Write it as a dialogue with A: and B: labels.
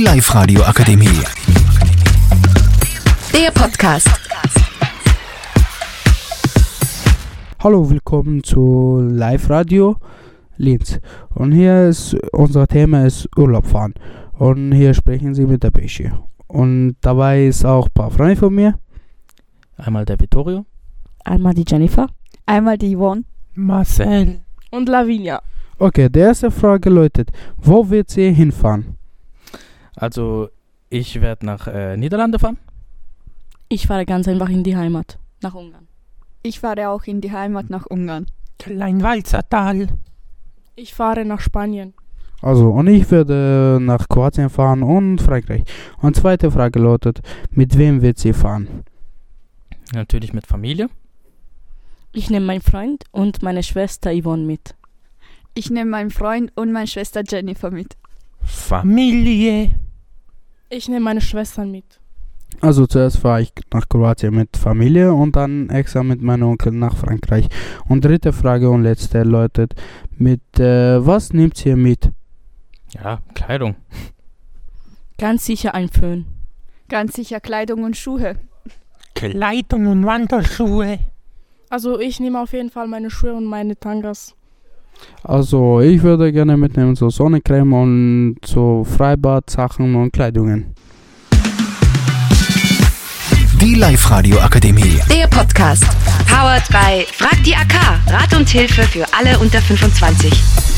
A: Live Radio Akademie.
B: Der Podcast.
C: Hallo, willkommen zu Live Radio Linz. Und hier ist unser Thema ist Urlaub fahren. Und hier sprechen Sie mit der Pesche. Und dabei ist auch ein paar Freunde von mir.
D: Einmal der Vittorio.
E: Einmal die Jennifer.
F: Einmal die Yvonne.
G: Marcel.
H: Und Lavinia.
C: Okay, die erste Frage läutet: Wo wird sie hinfahren?
D: Also, ich werde nach äh, Niederlande fahren.
E: Ich fahre ganz einfach in die Heimat, nach Ungarn.
F: Ich fahre auch in die Heimat nach Ungarn.
G: Kleinwalzertal.
H: Ich fahre nach Spanien.
C: Also, und ich werde nach Kroatien fahren und Frankreich. Und zweite Frage lautet: Mit wem wird sie fahren?
D: Natürlich mit Familie.
E: Ich nehme meinen Freund und meine Schwester Yvonne mit.
F: Ich nehme meinen Freund und meine Schwester Jennifer mit.
G: Familie.
H: Ich nehme meine Schwestern mit.
C: Also, zuerst fahre ich nach Kroatien mit Familie und dann extra mit meinem Onkel nach Frankreich. Und dritte Frage und letzte lautet: Mit äh, was nimmt sie mit?
D: Ja, Kleidung.
E: Ganz sicher ein Föhn.
F: Ganz sicher Kleidung und Schuhe.
G: Kleidung und Wanderschuhe.
H: Also ich nehme auf jeden Fall meine Schuhe und meine Tangas.
C: Also, ich würde gerne mitnehmen so Sonnencreme und so Freibadsachen und Kleidungen.
A: Die Live Radio Akademie.
B: Der Podcast. Powered by Frag die AK. Rat und Hilfe für alle unter 25.